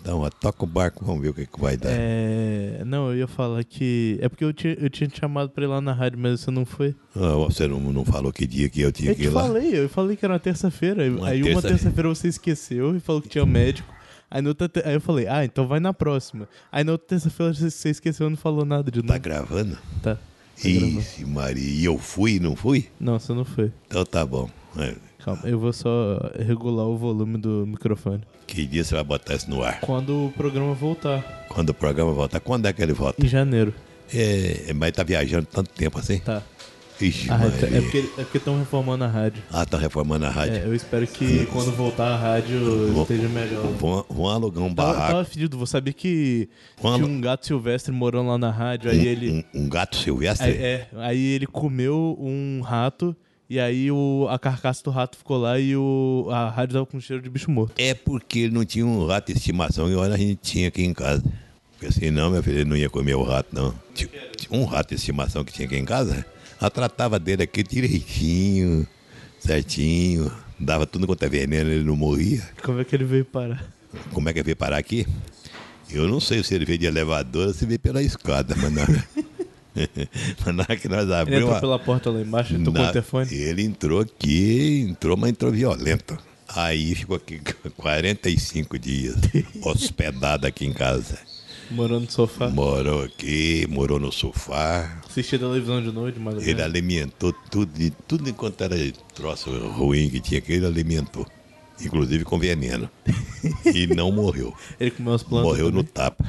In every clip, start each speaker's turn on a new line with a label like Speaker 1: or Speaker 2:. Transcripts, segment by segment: Speaker 1: Então, ó, toca o barco, vamos ver o que, que vai dar.
Speaker 2: É, não, eu ia falar que. É porque eu tinha, eu tinha te chamado pra ir lá na rádio, mas você não foi.
Speaker 1: Ah, você não, não falou que dia que eu tinha
Speaker 2: Eu
Speaker 1: que ir
Speaker 2: te
Speaker 1: lá?
Speaker 2: É falei, né? eu falei que era uma terça-feira. Aí
Speaker 1: Uma
Speaker 2: uma
Speaker 1: terça-feira.
Speaker 2: terça-feira você esqueceu e falou que tinha médico. Aí, na outra te- aí eu falei, ah, então vai na próxima. Aí na outra terça-feira você- você esqueceu e não falou nada de novo.
Speaker 1: Tá gravando?
Speaker 2: Tá. Tá gravando.
Speaker 1: Ixi, Maria, e eu fui e não fui?
Speaker 2: Não, você não foi.
Speaker 1: Então tá bom. É,
Speaker 2: Calma, eu vou só regular o volume do microfone.
Speaker 1: Que dia você vai botar isso no ar?
Speaker 2: Quando o programa voltar,
Speaker 1: Quando o programa voltar? Quando é que ele volta?
Speaker 2: em janeiro.
Speaker 1: É, mas tá viajando tanto tempo assim?
Speaker 2: Tá.
Speaker 1: Ixi,
Speaker 2: A rádio tá-
Speaker 1: Maria.
Speaker 2: é porque é porque estão reformando a rádio.
Speaker 1: Ah, tá reformando a rádio.
Speaker 2: É, eu espero que quando voltar a rádio
Speaker 1: Vou-
Speaker 2: esteja melhor.
Speaker 1: Vão, vão alugar um
Speaker 2: Tava,
Speaker 1: barraco.
Speaker 2: tava fedido, vou saber que
Speaker 1: Quando-
Speaker 2: tinha um gato silvestre morando lá na rádio, aí ele.
Speaker 1: Um, um gato
Speaker 2: Aí,
Speaker 1: silvestre?
Speaker 2: é, aí ele comeu um rato e aí o, a carcaça do rato ficou lá e o, a rádio tava com cheiro de bicho morto.
Speaker 1: É porque ele não tinha um rato de estimação e olha, a gente tinha aqui em casa. Porque senão, meu filho, ele não ia comer o rato, não. Ti- ti- Um rato de estimação que tinha aqui em casa, ela tratava dele aqui direitinho, certinho, dava tudo quanto é veneno, ele não morria.
Speaker 2: Como é que ele veio parar?
Speaker 1: Como é que ele veio parar aqui? Eu não sei se ele veio de elevador ou se veio pela escada, mas na, mas na hora que nós
Speaker 2: Ele
Speaker 1: abrimos.
Speaker 2: entrou
Speaker 1: a-
Speaker 2: pela porta lá embaixo e tocou
Speaker 1: na-
Speaker 2: o telefone.
Speaker 1: Ele entrou aqui, entrou, mas entrou violento. Aí ficou aqui 45 dias hospedado aqui em casa.
Speaker 2: Morando no sofá.
Speaker 1: Morou aqui, morou no sofá.
Speaker 2: Assistia televisão de noite, mas.
Speaker 1: Ele alimentou tudo, de tudo enquanto era troço ruim que tinha aqui, ele alimentou. Inclusive com veneno. E não morreu.
Speaker 2: Ele comeu as plantas.
Speaker 1: Morreu no
Speaker 2: também.
Speaker 1: tapa.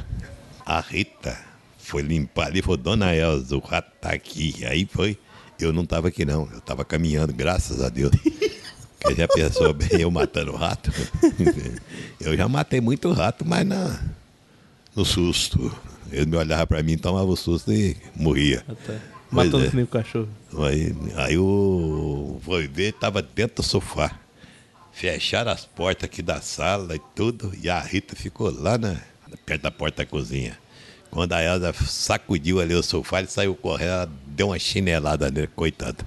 Speaker 1: A Rita foi limpar ali, falou, Dona Elza, o rato tá aqui. Aí foi. Eu não tava aqui não, eu tava caminhando, graças a Deus. Porque já pensou bem eu matando o rato? eu já matei muito rato, mas na, no susto. Ele me olhava pra mim, tomava o susto e morria.
Speaker 2: Ah, tá.
Speaker 1: Pois
Speaker 2: Matando
Speaker 1: é.
Speaker 2: que nem o cachorro.
Speaker 1: Aí, aí o foi ver, tava dentro do sofá. Fecharam as portas aqui da sala e tudo, e a Rita ficou lá na, perto da porta da cozinha. Quando a Elza sacudiu ali o sofá, ele saiu correndo, ela deu uma chinelada nele, coitado.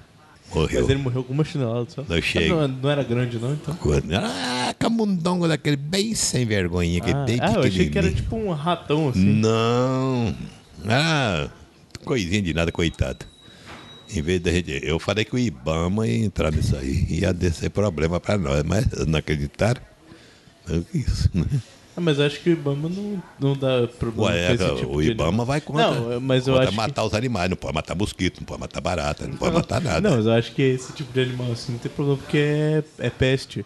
Speaker 1: Morreu.
Speaker 2: Mas ele morreu com uma chinelada só.
Speaker 1: Eu chego.
Speaker 2: Ah, Não, não era grande, não, então.
Speaker 1: Ah, camundongo daquele bem sem vergonha que
Speaker 2: Ah,
Speaker 1: tem
Speaker 2: ah, eu achei que era
Speaker 1: pequenininho.
Speaker 2: tipo um ratão assim.
Speaker 1: Não. Ah, coisinha de nada, coitado. Em vez da gente. Eu falei que o Ibama ia entrar nisso aí. Ia descer problema pra nós, mas não acreditaram. Não, que isso, né?
Speaker 2: Ah, mas eu acho que o Ibama não, não dá problema
Speaker 1: Ué,
Speaker 2: com esse
Speaker 1: é,
Speaker 2: tipo
Speaker 1: o
Speaker 2: de
Speaker 1: Ibama
Speaker 2: animal.
Speaker 1: vai contra.
Speaker 2: Não, mas eu
Speaker 1: contra
Speaker 2: acho que-
Speaker 1: matar os animais. Não pode matar mosquito, não pode matar barata, não pode matar nada.
Speaker 2: Não, mas eu acho que esse tipo de animal assim não tem problema porque é, é peste.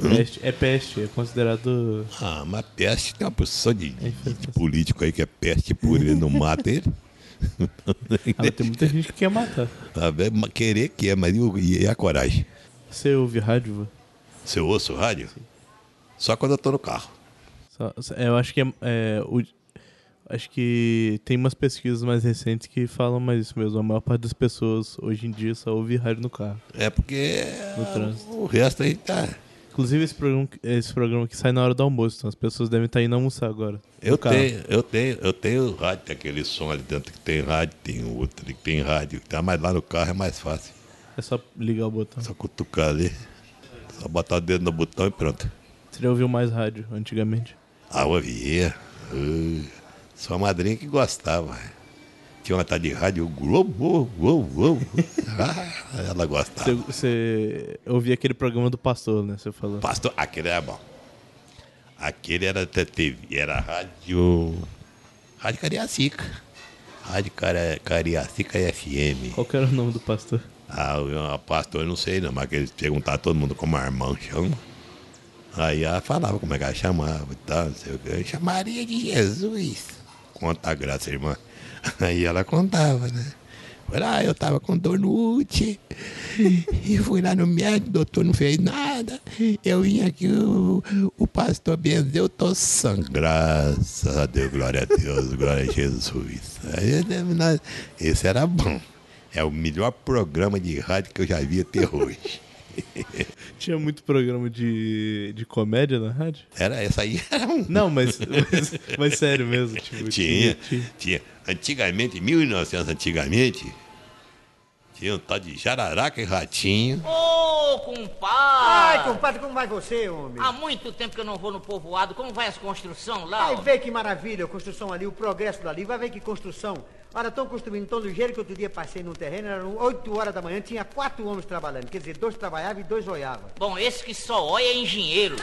Speaker 1: Hum?
Speaker 2: Peste- É peste, é considerado.
Speaker 1: Ah, mas peste tem uma porção de,
Speaker 2: É
Speaker 1: de- de político aí que é peste por ele, não mata ele.
Speaker 2: Ah, mas tem muita gente que quer matar.
Speaker 1: Tá vendo? Mas Querer que é, mas e o- e a coragem?
Speaker 2: Você ouve rádio? vô?
Speaker 1: Se eu ouço o rádio? Só quando eu tô no carro.
Speaker 2: Só- só- Eu acho que é, é, o- acho que tem umas pesquisas mais recentes que falam mais isso mesmo. A maior parte das pessoas hoje em dia só ouve rádio no carro.
Speaker 1: É porque
Speaker 2: No trânsito.
Speaker 1: o resto aí tá.
Speaker 2: Inclusive, esse programa, esse programa que sai na hora do almoço, então as pessoas devem estar indo almoçar agora.
Speaker 1: Eu
Speaker 2: No carro.
Speaker 1: tenho, eu tenho, eu tenho rádio, tem aquele som ali dentro que tem rádio, tem outro ali que tem rádio, tá, mas lá no carro é mais fácil.
Speaker 2: É só ligar o botão.
Speaker 1: Só cutucar ali, só botar o dedo no botão e pronto.
Speaker 2: Você já ouviu mais rádio antigamente?
Speaker 1: Ah, eu ouvia. Ah, sua madrinha que gostava. Tinha uma tal de rádio Globo, Globo, Globo. Ah, ela gostava.
Speaker 2: Você, você ouvia aquele programa do pastor, né? Você falou.
Speaker 1: Pastor, aquele era bom. Aquele era da TV, era rádio. Rádio Cariacica. Rádio Cara- Cariacica FM.
Speaker 2: Qual que era o nome do pastor?
Speaker 1: Ah, o- o pastor, eu não sei não, mas que eles perguntavam todo mundo como a irmã chama. Aí ela falava como é que ela chamava e tal, não sei o que. Chamaria de Jesus. Conta a graça, irmã. Aí ela contava, né? Foi lá, eu tava com dor no útero. E fui lá no médico, o doutor não fez nada. Eu vim aqui, o, o pastor benzeu, eu tô sangue. Graças a Deus, glória a Deus, glória a Jesus. Aí, nós- Esse era bom. É o melhor programa de rádio que eu já vi até hoje.
Speaker 2: Tinha muito programa de, de comédia na rádio?
Speaker 1: Era essa aí, era um.
Speaker 2: Não, mas, mas, mas sério mesmo. Tipo,
Speaker 1: Tinha, tinha. Antigamente, 1900 antigamente, tinha um tal de Jararaca e Ratinho.
Speaker 3: Ô, compadre! Ah.
Speaker 4: Ai, compadre, como vai você, homem?
Speaker 3: Há muito tempo que eu não vou no povoado. Como vai as construções lá?
Speaker 4: Vai
Speaker 3: homem?
Speaker 4: ver que maravilha a construção ali, o progresso dali. Vai ver que construção. Ora, estão construindo tão ligeiro que outro dia passei num terreno, eram 8 horas da manhã, tinha quatro homens trabalhando. Quer dizer, dois trabalhavam e dois olhavam.
Speaker 3: Bom, esse que só olha é engenheiro.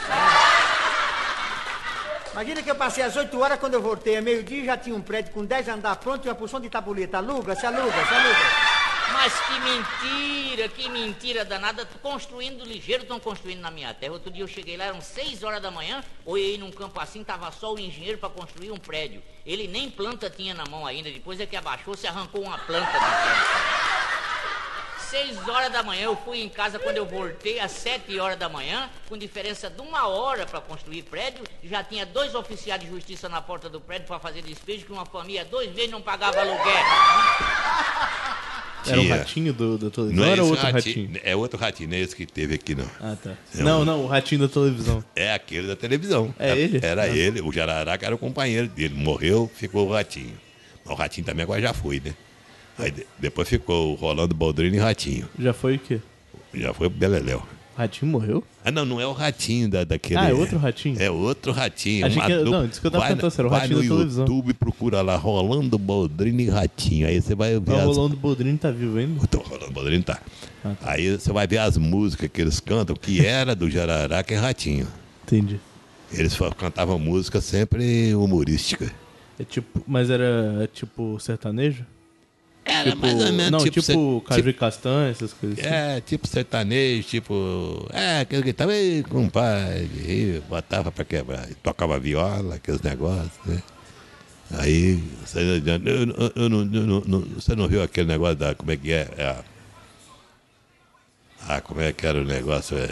Speaker 4: Imagina que eu passei às 8 horas, quando eu voltei a meio-dia, já tinha um prédio com 10 andares pronto e uma porção de tabuleta. Aluga, se aluga, se aluga.
Speaker 3: Mas que mentira, que mentira danada. Tô Construindo ligeiro, estão construindo na minha terra. Outro dia eu cheguei lá, eram 6 horas da manhã. Olhei num campo assim, tava só o engenheiro para construir um prédio. Ele nem planta tinha na mão ainda. Depois é que abaixou, se arrancou uma planta do campo. 6 horas da manhã eu fui em casa quando eu voltei às 7 horas da manhã, com diferença de uma hora para construir prédio, já tinha dois oficiais de justiça na porta do prédio para fazer despejo que uma família duas vezes não pagava aluguel.
Speaker 2: Era o
Speaker 1: Tia.
Speaker 2: ratinho do, da televisão ou era
Speaker 1: é esse
Speaker 2: outro
Speaker 1: rati-
Speaker 2: ratinho?
Speaker 1: É outro ratinho, não é esse que teve aqui, não.
Speaker 2: Ah, tá.
Speaker 1: É
Speaker 2: não,
Speaker 1: um-
Speaker 2: não, o ratinho da televisão.
Speaker 1: É aquele da televisão.
Speaker 2: É
Speaker 1: Era-
Speaker 2: ele?
Speaker 1: Era
Speaker 2: Ah.
Speaker 1: ele, o Jararaca era o companheiro dele. Morreu, ficou o Ratinho. Mas o Ratinho também agora já foi, né? Aí de- depois ficou o Rolando Baldrini e o Ratinho.
Speaker 2: Já foi o quê?
Speaker 1: Já foi pro Beleléu.
Speaker 2: O ratinho morreu?
Speaker 1: Ah, não, não é o ratinho da, daquele.
Speaker 2: Ah, é outro ratinho?
Speaker 1: É outro ratinho.
Speaker 2: Achei
Speaker 1: um
Speaker 2: que era-
Speaker 1: ator-
Speaker 2: não, isso que eu tava
Speaker 1: vai, na-
Speaker 2: perguntando, se era o
Speaker 1: vai
Speaker 2: ratinho
Speaker 1: no
Speaker 2: da televisão.
Speaker 1: YouTube, procura lá Rolando Boldrini e Ratinho. Aí você vai ver
Speaker 2: Ah, O
Speaker 1: as.
Speaker 2: Rolando Ah, Bodrini tá vivo ainda?
Speaker 1: Então, Rolando Boldrini tá. Aí você vai ver as músicas que eles cantam, que era do Jararaca e Ratinho.
Speaker 2: Entendi.
Speaker 1: Eles fa- cantavam música sempre humorística.
Speaker 2: É tipo, mas era tipo sertanejo?
Speaker 1: Era
Speaker 2: tipo, não, tipo, Caju e Castanha, essas coisas. assim.
Speaker 1: É, tipo sertanejo, tipo. É, aquele que tava, ei, compadre, e botava pra quebrar. E tocava viola, aqueles negócios, né? Aí, você não adianta- eu, eu- eu não- eu não- não- você não viu aquele negócio da. Como é que é? É a- ah, como é que era o negócio? É,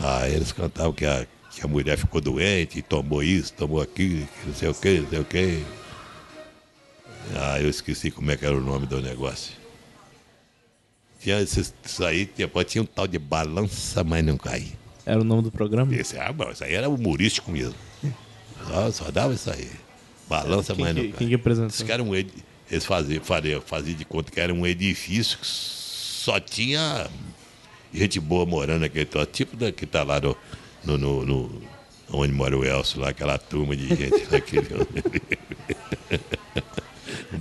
Speaker 1: ah, eles cantavam que a, que a mulher ficou doente, e tomou isso, tomou aquilo, que não sei o que, não sei o que. Ah, eu esqueci como é que era o nome do negócio. Tinha esses, isso aí, tinha, pô, tinha um tal de balança, mas não cai.
Speaker 2: Era o nome do programa?
Speaker 1: Esse, ah, bom, isso aí era humorístico mesmo. Só, só dava isso aí. Balança,
Speaker 2: Quem
Speaker 1: mas não
Speaker 2: que-
Speaker 1: cai.
Speaker 2: quem que apresentou?
Speaker 1: Esses caras, um edi- eles faziam, faziam, faziam de conta que era um edifício que só tinha gente boa morando naquele troço, tipo da que tá lá no, no, no- no- onde mora o Elcio, lá, aquela turma de gente daquele.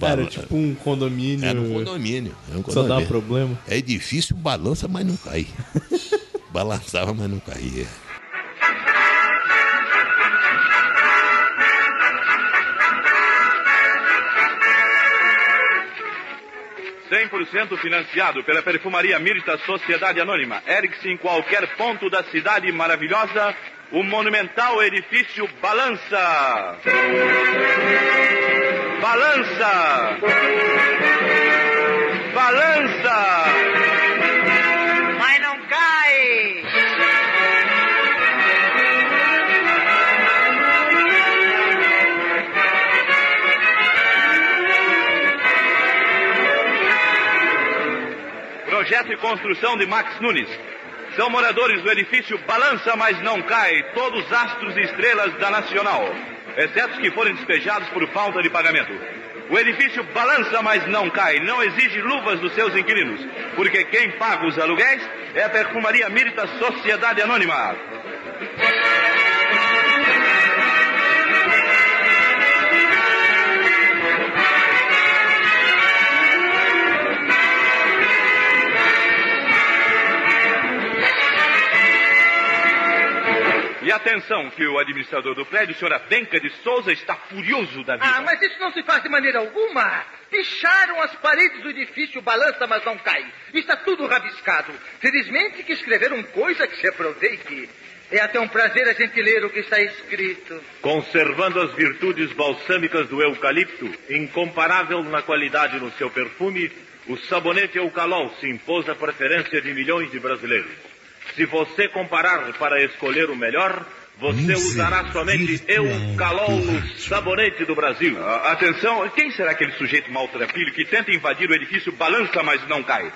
Speaker 1: é
Speaker 2: Era tipo um condomínio.
Speaker 1: Era um condomínio. Era um
Speaker 2: Só dava
Speaker 1: condomínio.
Speaker 2: problema.
Speaker 1: É edifício, balança, mas não cai. Balançava, mas não caía.
Speaker 5: cento financiado pela Perfumaria Mirta Sociedade Anônima. Ergue-se em qualquer ponto da cidade maravilhosa o monumental edifício Balança. Balança! Balança!
Speaker 3: Mas não cai!
Speaker 5: Projeto e construção de Max Nunes. São moradores do edifício Balança, mas não cai, todos os astros e estrelas da Nacional, exceto os que forem despejados por falta de pagamento. O edifício balança, mas não cai, não exige luvas dos seus inquilinos, porque quem paga os aluguéis é a Perfumaria Mirta Sociedade Anônima. E atenção, que o administrador do prédio, senhor Abenca de Souza, está furioso da vida.
Speaker 6: Ah, mas isso não se faz de maneira alguma. Picharam as paredes do edifício, balança, mas não cai. Está tudo rabiscado. Felizmente que escreveram coisa que se aproveite. É até um prazer a gente ler o que está escrito.
Speaker 5: Conservando as virtudes balsâmicas do eucalipto, incomparável na qualidade no seu perfume, o sabonete Eucalol se impôs à preferência de milhões de brasileiros. Se você comparar para escolher o melhor, você usará somente Eucalol, o sabonete do Brasil. atenção, quem será aquele sujeito maltrapilho que tenta invadir o edifício Balança, mas não cai?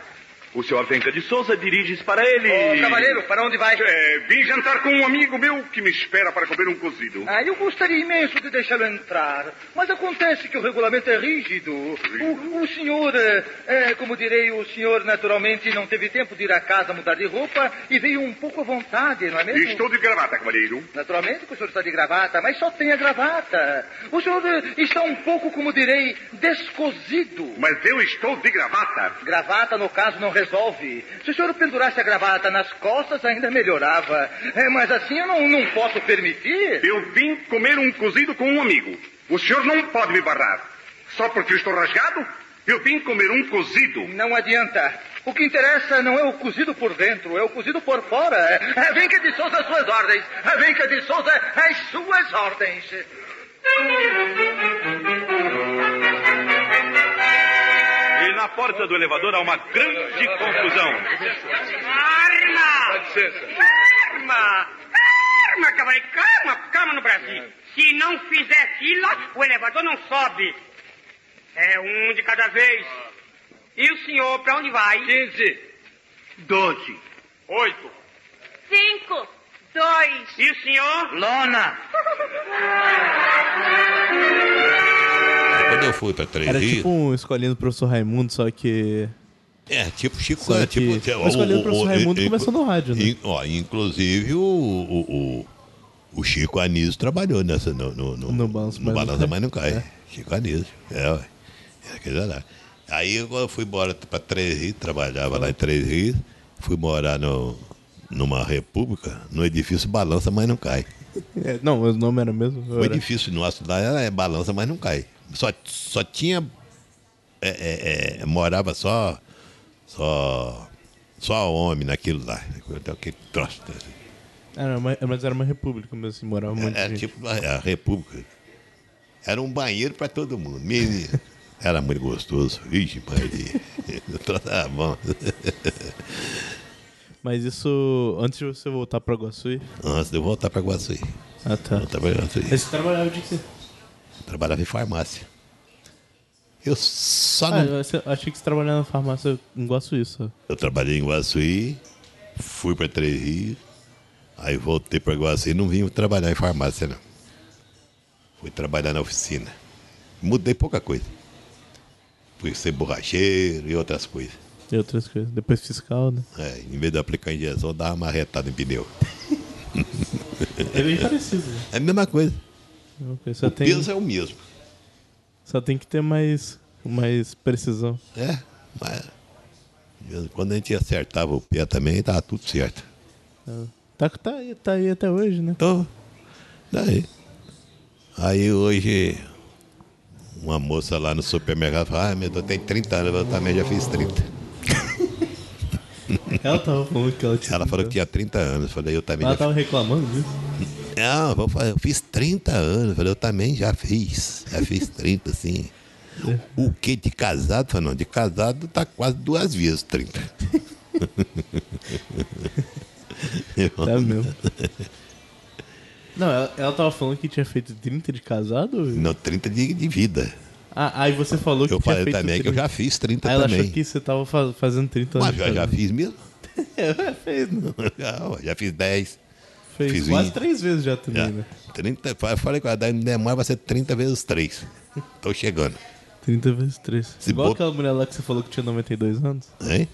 Speaker 5: O senhor Venca de Souza dirige-se para ele.
Speaker 6: Ô, cavaleiro, para onde vai?
Speaker 5: É, vim jantar com um amigo meu que me espera para comer um cozido.
Speaker 6: Ah, eu gostaria imenso de deixá-lo entrar, mas acontece que o regulamento é rígido. O, o senhor, eh, eh, como direi, o senhor naturalmente não teve tempo de ir à casa mudar de roupa e veio um pouco à vontade, não é mesmo?
Speaker 5: Estou de gravata, cavalheiro.
Speaker 6: Naturalmente que o senhor está de gravata, mas só tem a gravata. O senhor eh, está um pouco, como direi, descozido.
Speaker 5: Mas eu estou de gravata.
Speaker 6: Gravata, no caso, não resolve. Se o senhor pendurasse a gravata nas costas, ainda melhorava. É, mas assim eu não, não posso permitir.
Speaker 5: Eu vim comer um cozido com um amigo. O senhor não pode me barrar. Só porque eu estou rasgado? Eu vim comer um cozido.
Speaker 6: Não adianta. O que interessa não é o cozido por dentro, é o cozido por fora. É, vem que de Souza às suas ordens. É, vem que de Souza às suas ordens.
Speaker 5: E na porta do elevador há uma grande confusão.
Speaker 7: Arma! Arma! Arma, cavaleiro! Calma, calma no Brasil! Se não fizer fila, o elevador não sobe. É um de cada vez. E o senhor, pra onde vai?
Speaker 5: 15, 12, 8.
Speaker 8: Cinco, dois,
Speaker 7: E o senhor?
Speaker 6: Lona!
Speaker 1: Quando eu fui pra Três
Speaker 2: Era
Speaker 1: Rios.
Speaker 2: tipo um escolhendo o professor Raimundo, só que.
Speaker 1: É, tipo Chico,
Speaker 2: Só
Speaker 1: é,
Speaker 2: que
Speaker 1: tipo.
Speaker 2: o escolhido professor Raimundo
Speaker 1: in-
Speaker 2: começou no rádio, né?
Speaker 1: é, in- ó, inclusive o, o, o, o Chico Anísio trabalhou nessa, no, no, no,
Speaker 2: No Balanço Mais Não Cai.
Speaker 1: Mas Não Cai. Chico Anísio, é, ué. É aquele lá. Aí eu eu fui embora pra Três Rios, trabalhava lá em Três Rios, fui morar no, numa república, no edifício Balança, mas não cai.
Speaker 2: É, não, o nome era mesmo.
Speaker 1: O
Speaker 2: era-
Speaker 1: edifício nosso lá era, é balança, mas não cai. Só, só tinha. é, é, é, morava só. Só. Só homem naquilo lá. Então, Aquele troço. né?
Speaker 2: era uma- mas era uma república mesmo, assim, morava muito.
Speaker 1: Era tipo a, a República. Era um banheiro para todo mundo. Menino. Era muito gostoso. Vixe, pai. O troço era bom.
Speaker 2: Mas isso, antes de você voltar pra Guaçui.
Speaker 1: Antes de eu voltar para Guaçuí.
Speaker 2: Ah, tá.
Speaker 1: Voltar pra Guaçuí.
Speaker 2: Mas você trabalhava de quê?
Speaker 1: Trabalhava em farmácia. Eu só
Speaker 2: Ah,
Speaker 1: não
Speaker 2: eu ace- achei que você trabalhava na farmácia em Guaçuí só.
Speaker 1: Eu trabalhei em Guaçuí, fui para Três Rios, aí voltei para Guaçuí e não vim trabalhar em farmácia, não. Fui trabalhar na oficina. Mudei pouca coisa. Fui ser borracheiro e outras coisas.
Speaker 2: E outras coisas. Depois fiscal, né?
Speaker 1: É, em vez de aplicar injeção, eu dava uma retada em pneu.
Speaker 2: É bem parecido. né?
Speaker 1: É a mesma coisa.
Speaker 2: Ok, Só tem,
Speaker 1: Peso é o mesmo.
Speaker 2: só tem que ter mais, mais precisão.
Speaker 1: É, mas de vez em quando a gente acertava o pé também, tava tudo certo.
Speaker 2: Tá, tá, aí- tá aí até hoje, né?
Speaker 1: Tô. Daí. Aí hoje, uma moça lá no supermercado fala, ah, meu Deus, tem 30 anos, eu também já fiz 30.
Speaker 2: Ela tava falando que ela tinha.
Speaker 1: Ela falou que tinha 30 anos, eu falei, eu também
Speaker 2: Ela tá
Speaker 1: já
Speaker 2: tava reclamando disso.
Speaker 1: fiz. Não, vou falar, eu fiz 30 anos, eu falei, eu também já fiz. Já fiz 30, assim. O que de casado? Eu Falei, não, de casado tá quase duas vezes 30.
Speaker 2: É mesmo. Não, ela, ela tava falando que tinha feito 30 de casado?
Speaker 1: Não, 30 de, de vida.
Speaker 2: Ah, aí você falou que
Speaker 1: Eu
Speaker 2: tinha
Speaker 1: falei
Speaker 2: feito
Speaker 1: também que eu
Speaker 2: 30.
Speaker 1: já fiz 30
Speaker 2: Aí ela
Speaker 1: também.
Speaker 2: achou que né? você tava fa- fazendo 30 anos.
Speaker 1: Mas eu já
Speaker 2: de
Speaker 1: fiz mesmo.
Speaker 2: casado. É, fez, né?
Speaker 1: Já, ó, já fiz 10.
Speaker 2: Fez
Speaker 1: Fiz
Speaker 2: quase
Speaker 1: vinte.
Speaker 2: três vezes já também,
Speaker 1: Já.
Speaker 2: né?
Speaker 1: 30, fa- falei com a Dani, demora vai ser 30 vezes 3. Tô chegando.
Speaker 2: 30 vezes 3.
Speaker 1: Se
Speaker 2: Igual
Speaker 1: bota-
Speaker 2: aquela mulher lá que você falou que tinha 92 anos.
Speaker 1: Hein?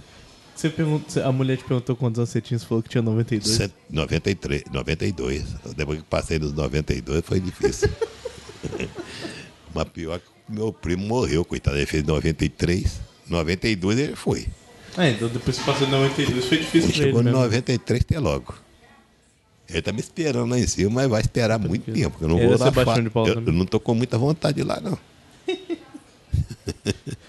Speaker 2: Você pergunta, a mulher te perguntou quantos anos você tinha, você falou que tinha 92.
Speaker 1: Cento- 93, 92. Depois que passei dos 92 foi difícil. Mas pior que meu primo morreu, coitado. Ele fez 93. 92 ele foi.
Speaker 2: É, então depois que passou de 92 foi
Speaker 1: Ele
Speaker 2: difícil pra ele
Speaker 1: chegou em
Speaker 2: mesmo.
Speaker 1: 93 até logo. Ele tá me esperando lá em cima, mas vai esperar muito tempo. porque Eu não
Speaker 2: Ele
Speaker 1: vou
Speaker 2: é
Speaker 1: lá.
Speaker 2: Sebastião
Speaker 1: fa-
Speaker 2: de Paula
Speaker 1: eu,
Speaker 2: também.
Speaker 1: eu não tô com muita vontade de ir lá, não.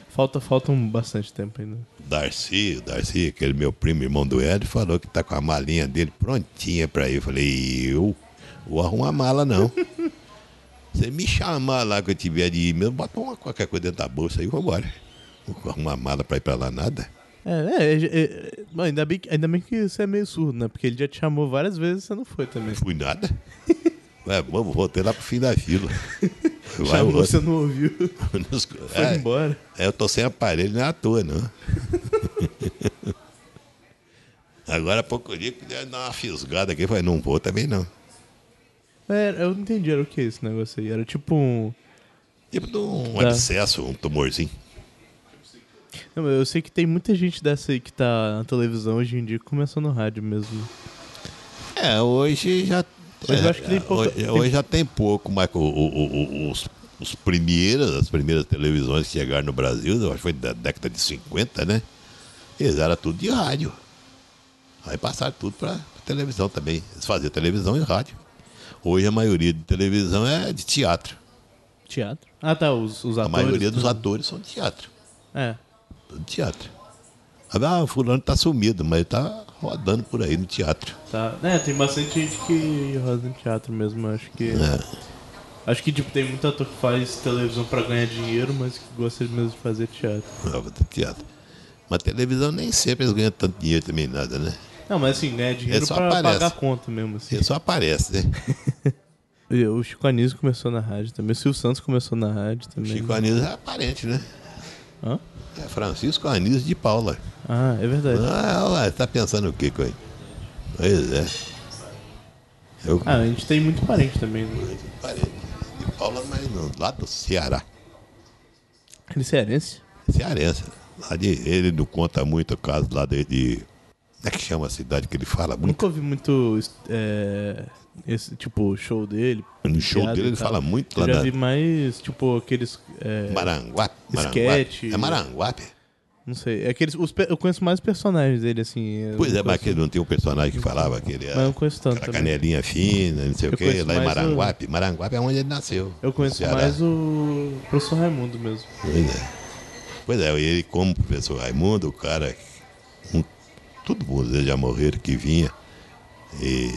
Speaker 2: Falta, falta um bastante tempo ainda.
Speaker 1: Darcy, o Darcy, aquele meu primo, irmão do Ed, falou que tá com a malinha dele prontinha pra ir. Eu falei, eu vou arrumar mala, não. Você me chamar lá que eu tiver de ir mesmo, bota uma qualquer coisa dentro da bolsa e vambora. Não vou arrumar mala pra ir pra lá, nada.
Speaker 2: É, é, é, é, bom, ainda, bem, que- ainda bem que você é meio surdo, né? Porque ele já te chamou várias vezes e você não foi também.
Speaker 1: Fui nada. Ué, vamos, voltei lá pro fim da fila. Vai, É.
Speaker 2: Chamou,
Speaker 1: o
Speaker 2: você
Speaker 1: outro.
Speaker 2: não ouviu,
Speaker 1: Nos-
Speaker 2: foi embora.
Speaker 1: É, eu tô sem aparelho, não é à toa, não. Agora há pouco eu digo que deve dar uma fisgada aqui. Eu falei, não vou também não.
Speaker 2: É, eu não entendi, era o que esse negócio aí? Era tipo um.
Speaker 1: Tipo de um
Speaker 2: Tá.
Speaker 1: abscesso, um tumorzinho.
Speaker 2: Não, mas eu sei que tem muita gente dessa aí que tá na televisão hoje em dia, que começou no rádio mesmo.
Speaker 1: É, hoje já.
Speaker 2: Mas eu
Speaker 1: é,
Speaker 2: acho que tem pouca-
Speaker 1: hoje,
Speaker 2: tem-
Speaker 1: hoje já tem pouco, mas o- o- o- os, os primeiros, as primeiras televisões que chegaram no Brasil, eu acho que foi da década de 50, né? Eles eram tudo de rádio. Aí passaram tudo pra televisão também. Eles faziam televisão e rádio. Hoje a maioria de televisão é de teatro.
Speaker 2: Teatro? Ah, tá, os, os
Speaker 1: A
Speaker 2: atores. né?
Speaker 1: maioria dos atores são de teatro.
Speaker 2: É.
Speaker 1: Tudo de teatro. Ah, fulano tá sumido, mas tá rodando por aí no teatro.
Speaker 2: Tá. É, tem bastante gente que roda em teatro mesmo, eu acho que.
Speaker 1: É.
Speaker 2: Acho que tipo, tem muito ator que faz televisão pra ganhar dinheiro, mas que gosta mesmo de fazer teatro.
Speaker 1: Prova do teatro. Mas televisão nem sempre eles ganham tanto dinheiro também, nada, né?
Speaker 2: Não, mas assim, ganhar dinheiro
Speaker 1: Ele só
Speaker 2: pra
Speaker 1: aparece.
Speaker 2: pagar a conta mesmo, assim.
Speaker 1: Ele só aparece, né?
Speaker 2: E O Chico Anísio começou na rádio também, o Silvio Santos começou na rádio também.
Speaker 1: Chico Anísio é aparente, né?
Speaker 2: Hã?
Speaker 1: É Francisco Anísio de Paula.
Speaker 2: Ah, é verdade.
Speaker 1: Ah, ué, tá pensando o quê, coi? Pois é. Eu
Speaker 2: Ah, a gente tem muito parente também, né?
Speaker 1: parente de Paula, mas não, lá do Ceará.
Speaker 2: Ele é cearense?
Speaker 1: Cearense. né? Lá de, ele não conta muito o caso lá de, de. Como é que chama a cidade que ele fala muito?
Speaker 2: Nunca ouvi muito é, esse tipo show dele.
Speaker 1: No show
Speaker 2: piada
Speaker 1: dele
Speaker 2: e
Speaker 1: ele
Speaker 2: tal.
Speaker 1: fala muito lá
Speaker 2: Eu já
Speaker 1: na-
Speaker 2: vi mais, tipo, aqueles. é,
Speaker 1: Maranguape.
Speaker 2: Esquete.
Speaker 1: Maranguape. É Maranguape?
Speaker 2: não sei. é Aqueles, os pe- eu conheço mais personagens dele, assim. eu
Speaker 1: Pois
Speaker 2: não
Speaker 1: é, mas
Speaker 2: conheço-
Speaker 1: aquele não tem um personagem que falava que ele
Speaker 2: Mas eu
Speaker 1: era.
Speaker 2: não conheço tanto.
Speaker 1: Aquela
Speaker 2: também.
Speaker 1: canelinha fina, não sei
Speaker 2: Eu
Speaker 1: o quê,
Speaker 2: conheço
Speaker 1: lá em
Speaker 2: mais o-
Speaker 1: Maranguape. Maranguape é onde ele nasceu.
Speaker 2: Eu conheço
Speaker 1: Ceará.
Speaker 2: mais o professor Raimundo mesmo.
Speaker 1: Pois é. Pois é, ele, como professor Raimundo, o cara. Um, todo mundo eles já morreram que vinha. E.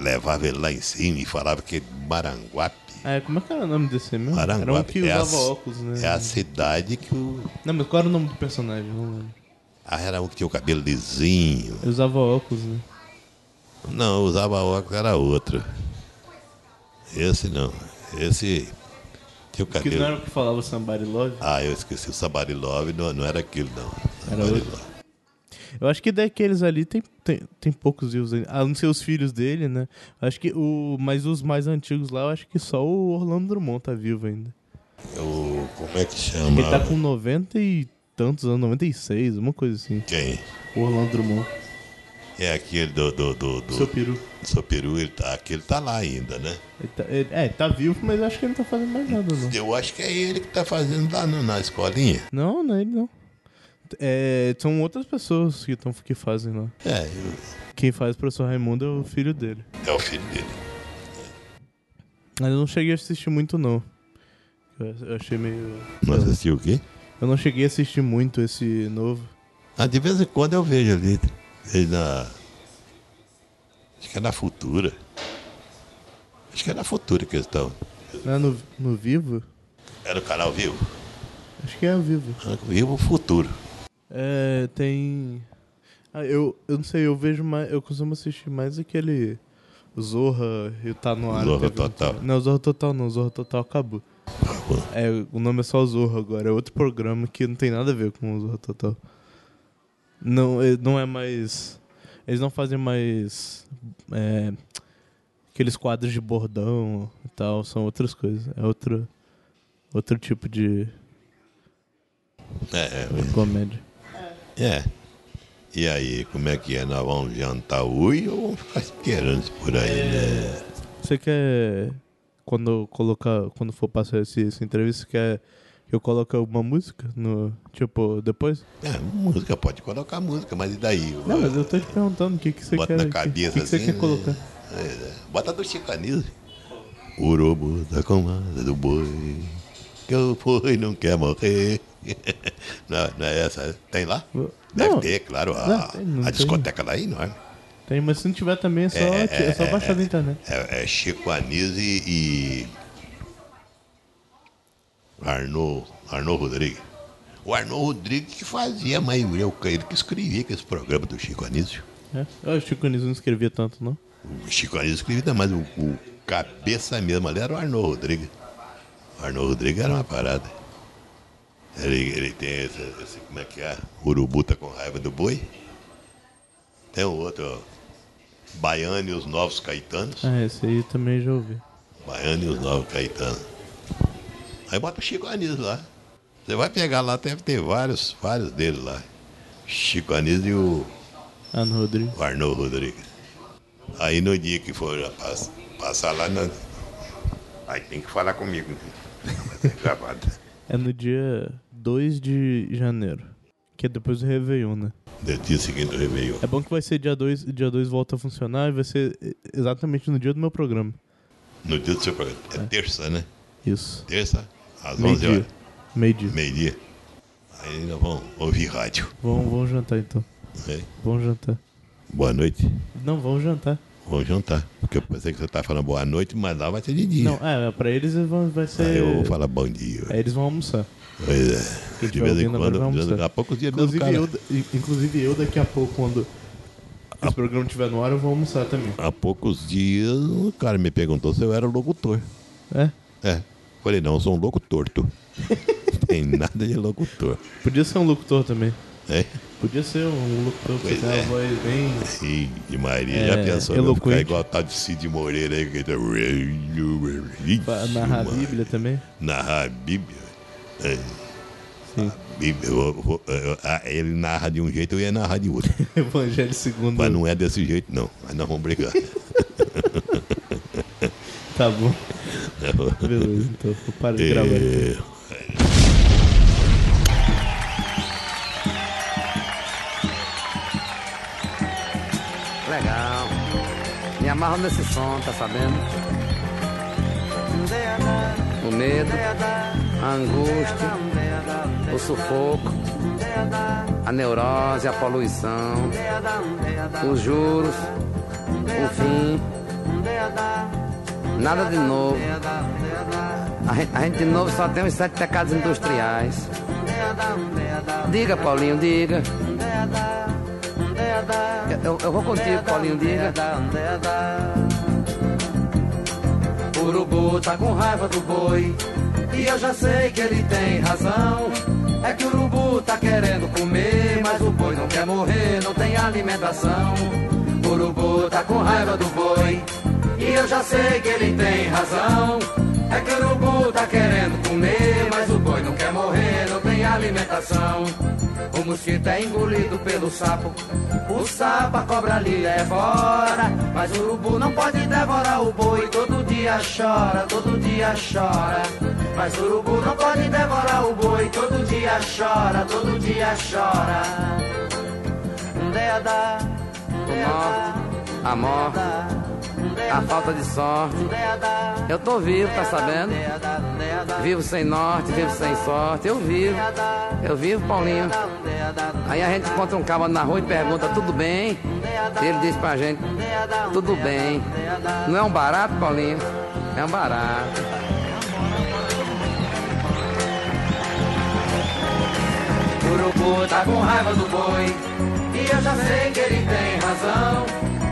Speaker 1: Levava ele lá em cima e falava que Maranguape.
Speaker 2: Ah, é, como é que era o nome desse mesmo? Era um que
Speaker 1: Maranguape é, a,
Speaker 2: usava
Speaker 1: ci-
Speaker 2: óculos, né?
Speaker 1: é a cidade que o.
Speaker 2: Não, mas qual era o nome do personagem? Não lembro.
Speaker 1: Ah, era um que tinha o cabelo lisinho.
Speaker 2: Ele usava óculos, né?
Speaker 1: Não, usava óculos, era outro. Esse não. Esse tinha o
Speaker 2: Porque
Speaker 1: cabelo.
Speaker 2: não era o que falava Somebody Love?
Speaker 1: Ah, eu esqueci. O Sabari Love não, não era aquilo, não.
Speaker 2: Era
Speaker 1: Sabari
Speaker 2: outro.
Speaker 1: Love.
Speaker 2: Eu acho que daqueles ali tem, tem, tem poucos vivos ainda. A não ser os filhos dele, né? Acho que o. Mas os mais antigos lá, eu acho que só o Orlando Drummond tá vivo ainda.
Speaker 1: O, como é que
Speaker 2: Ele
Speaker 1: chama?
Speaker 2: tá com 90 e tantos anos, 96, uma coisa assim.
Speaker 1: Quem?
Speaker 2: O Orlando Drummond.
Speaker 1: É aquele do. do, do, do
Speaker 2: Seu peru.
Speaker 1: seu peru, ele tá, aquele tá lá ainda, né?
Speaker 2: Ele tá- ele- é, tá vivo, mas acho que ele não tá fazendo mais nada, não.
Speaker 1: Eu acho que é ele que tá fazendo lá na- na escolinha.
Speaker 2: Não, não é ele não. É, são outras pessoas que, tão, que fazem lá.
Speaker 1: É, eu-
Speaker 2: Quem faz o professor Raimundo é o filho dele.
Speaker 1: é o filho dele.
Speaker 2: Mas eu não cheguei a assistir muito, não. Eu, eu achei meio.
Speaker 1: Não assistiu o quê?
Speaker 2: Eu não cheguei a assistir muito esse novo.
Speaker 1: Ah, de vez em quando eu vejo ali. Vejo na. Acho que é na Futura. Acho que é na Futura que eles estão.
Speaker 2: Não é no, no Vivo?
Speaker 1: É no canal Vivo?
Speaker 2: Acho que é o Vivo.
Speaker 1: Ah, Vivo Futuro.
Speaker 2: É, tem. Ah, eu, eu não sei, eu vejo mais. Eu costumo assistir mais aquele. Zorra e o Tá no ar.
Speaker 1: Zorra
Speaker 2: teve um-
Speaker 1: Total.
Speaker 2: Não, Zorra Total não, Zorra Total acabou. É, o nome é só Zorra agora, é outro programa que não tem nada a ver com o Zorra Total. Não, é- não é mais. Eles não fazem mais. é, aqueles quadros de bordão e tal, são outras coisas. É outro, outro tipo de
Speaker 1: É,
Speaker 2: comédia.
Speaker 1: é, é. E aí, como é que é? Nós vamos jantar hoje ou vamos ficar esperando por aí, né?
Speaker 2: Você quer. Quando eu colocar. Quando for passar esse, essa entrevista, você quer que eu coloque uma música? No, tipo, depois?
Speaker 1: É, música, pode colocar música, mas e daí?
Speaker 2: Não, mas eu tô te perguntando o que, que você
Speaker 1: Bota
Speaker 2: quer.
Speaker 1: na cabeça
Speaker 2: o que, que você
Speaker 1: assim,
Speaker 2: quer
Speaker 1: né?
Speaker 2: colocar?
Speaker 1: É, é. Bota do Chico Anísio. O urubu da comanda do boi, que o boi não quer morrer. Não, não é essa? Tem lá?
Speaker 2: Não.
Speaker 1: Deve ter, claro. A,
Speaker 2: Não, tem, não
Speaker 1: a
Speaker 2: tem.
Speaker 1: discoteca lá é enorme.
Speaker 2: Tem, mas se não tiver também é só, é, só baixar da internet.
Speaker 1: É, é Chico Anísio e. Arnaud, Arnaud Rodrigues. O Arnaud Rodrigues que fazia a maioria, o que- ele que escrevia esse programa do Chico Anísio.
Speaker 2: É. Eu, o Chico Anísio não escrevia tanto, não.
Speaker 1: O Chico Anísio escrevia, mas o, o cabeça mesmo ali era o Arnaud Rodrigues. O Arnaud Rodrigues era uma parada. Ele, ele tem esse, esse- como é que é? Urubu tá com raiva do boi. Tem o outro, ó. Baiano e os Novos Caetanos.
Speaker 2: Ah, esse aí também já ouvi.
Speaker 1: Baiano e os Novos Caetanos. Aí bota o Chico Anísio lá. Você vai pegar lá, deve ter vários, vários dele lá. Chico Anísio e o
Speaker 2: Ah, no Rodrigo.
Speaker 1: o Arnoldo Rodrigues. Aí no dia que for pass- passar lá, nós- aí tem que falar comigo. Vai ser gravado.
Speaker 2: É no dia 2 de janeiro. Que é depois do Réveillon, né?
Speaker 1: No dia seguinte do Réveillon.
Speaker 2: É bom que vai ser dia 2, dia 2 volta a funcionar e vai ser eh, exatamente no dia do meu programa.
Speaker 1: No dia do seu programa. É terça, né?
Speaker 2: Isso.
Speaker 1: Terça, às 11
Speaker 2: Meio-dia.
Speaker 1: horas,
Speaker 2: Meio-dia.
Speaker 1: meio-dia. Aí nós vamos ouvir rádio.
Speaker 2: Vamos, vamos jantar então.
Speaker 1: né?
Speaker 2: Vamos jantar.
Speaker 1: Boa noite.
Speaker 2: Não, vamos jantar.
Speaker 1: Vamos jantar. Porque eu pensei que você tá falando boa noite, mas lá vai ser de dia.
Speaker 2: Não, é, pra eles vão- vai
Speaker 1: Aí
Speaker 2: ser.
Speaker 1: eu vou falar bom dia.
Speaker 2: Aí eles vão almoçar.
Speaker 1: Pois é.
Speaker 2: Quem
Speaker 1: De
Speaker 2: tiver
Speaker 1: vez em
Speaker 2: ouvindo agora
Speaker 1: quando,
Speaker 2: vai
Speaker 1: de vez em-
Speaker 2: almoçar.
Speaker 1: há poucos dias mesmo,
Speaker 2: Inclusive,
Speaker 1: cara.
Speaker 2: eu, i- inclusive eu daqui a pouco, quando
Speaker 1: Ah.
Speaker 2: esse programa estiver no ar, eu vou almoçar também.
Speaker 1: Há poucos dias, o cara me perguntou se eu era locutor.
Speaker 2: É?
Speaker 1: É. Falei, não, eu sou um louco torto. Não tem nada de locutor.
Speaker 2: Podia ser um locutor também.
Speaker 1: É?
Speaker 2: Podia ser um locutor que
Speaker 1: Pois
Speaker 2: tem
Speaker 1: é.
Speaker 2: uma voz bem.
Speaker 1: E de Maria,
Speaker 2: É,
Speaker 1: já pensou eu ficar
Speaker 2: eloquente.
Speaker 1: igual o tal de Cid Moreira aí, que tá...
Speaker 2: pra narrar a Bíblia também.
Speaker 1: Narrar a Bíblia. É,
Speaker 2: Sim.
Speaker 1: Bíblia. eu- eu- eu- ah, ele narra de um jeito, eu ia narrar de outro.
Speaker 2: Evangelho segundo.
Speaker 1: Mas não é desse jeito, não. Mas nós vamos brigar.
Speaker 2: Tá bom. Beleza, então. Eu paro de gravar.
Speaker 1: É,
Speaker 9: Legal. Me amarro nesse som, tá sabendo? O medo, a angústia, o sufoco, a neurose, a poluição, os juros, o fim. Nada de novo. A gen- a gente de novo só tem os sete pecados industriais. Diga, Paulinho, diga. Eu, eu vou contigo, Paulinho, diga. Urubu tá com raiva do boi. E eu já sei que ele tem razão. É que o urubu tá querendo comer, mas o boi não quer morrer, não tem alimentação. Urubu tá com raiva do boi. E eu já sei que ele tem razão. É que o urubu tá querendo comer, mas o boi não quer morrer, não tem alimentação. O mosquito é engolido pelo sapo. O sapo a cobra lhe devora. Mas o urubu não pode devorar o boi. Todo dia chora, todo dia chora. Mas o urubu não pode devorar o boi. Todo dia chora, todo dia chora. é Deada, é a morte, a é falta de sorte. Eu tô vivo, tá sabendo? Vivo sem norte, vivo sem sorte. Eu vivo, eu vivo, Paulinho. Aí a gente encontra um cabo na rua e pergunta, tudo bem? E ele diz pra gente, tudo bem. Não é um barato, Paulinho? É um barato. Urubu tá com raiva do boi E eu já sei que ele tem razão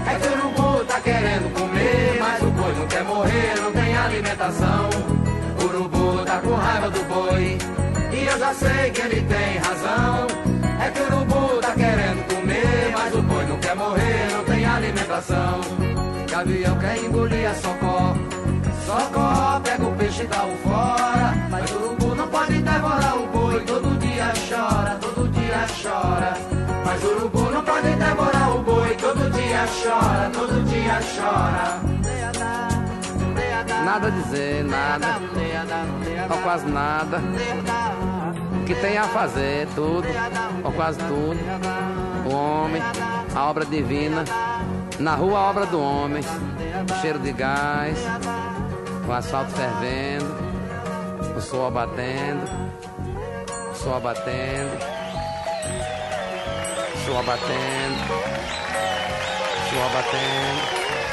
Speaker 9: É que o urubu tá querendo comer Mas o boi não quer morrer, não tem alimentação Urubu tá com raiva do boi E eu já sei que ele tem razão É que o urubu tá querendo comer Mas o boi não quer morrer, não tem alimentação Gavião quer engolir a socó Socó pega o peixe e dá o fora Mas o urubu não pode devorar o boi Todo dia chora, todo dia chora Mas o urubu não pode devorar o boi Todo dia chora, todo dia chora Nada a dizer, nada Ou quase nada O que tem a fazer, tudo Ou quase tudo O homem, a obra divina Na rua a obra do homem Cheiro de gás o asfalto fervendo, o sol batendo, o sol batendo, o sol batendo, o sol batendo,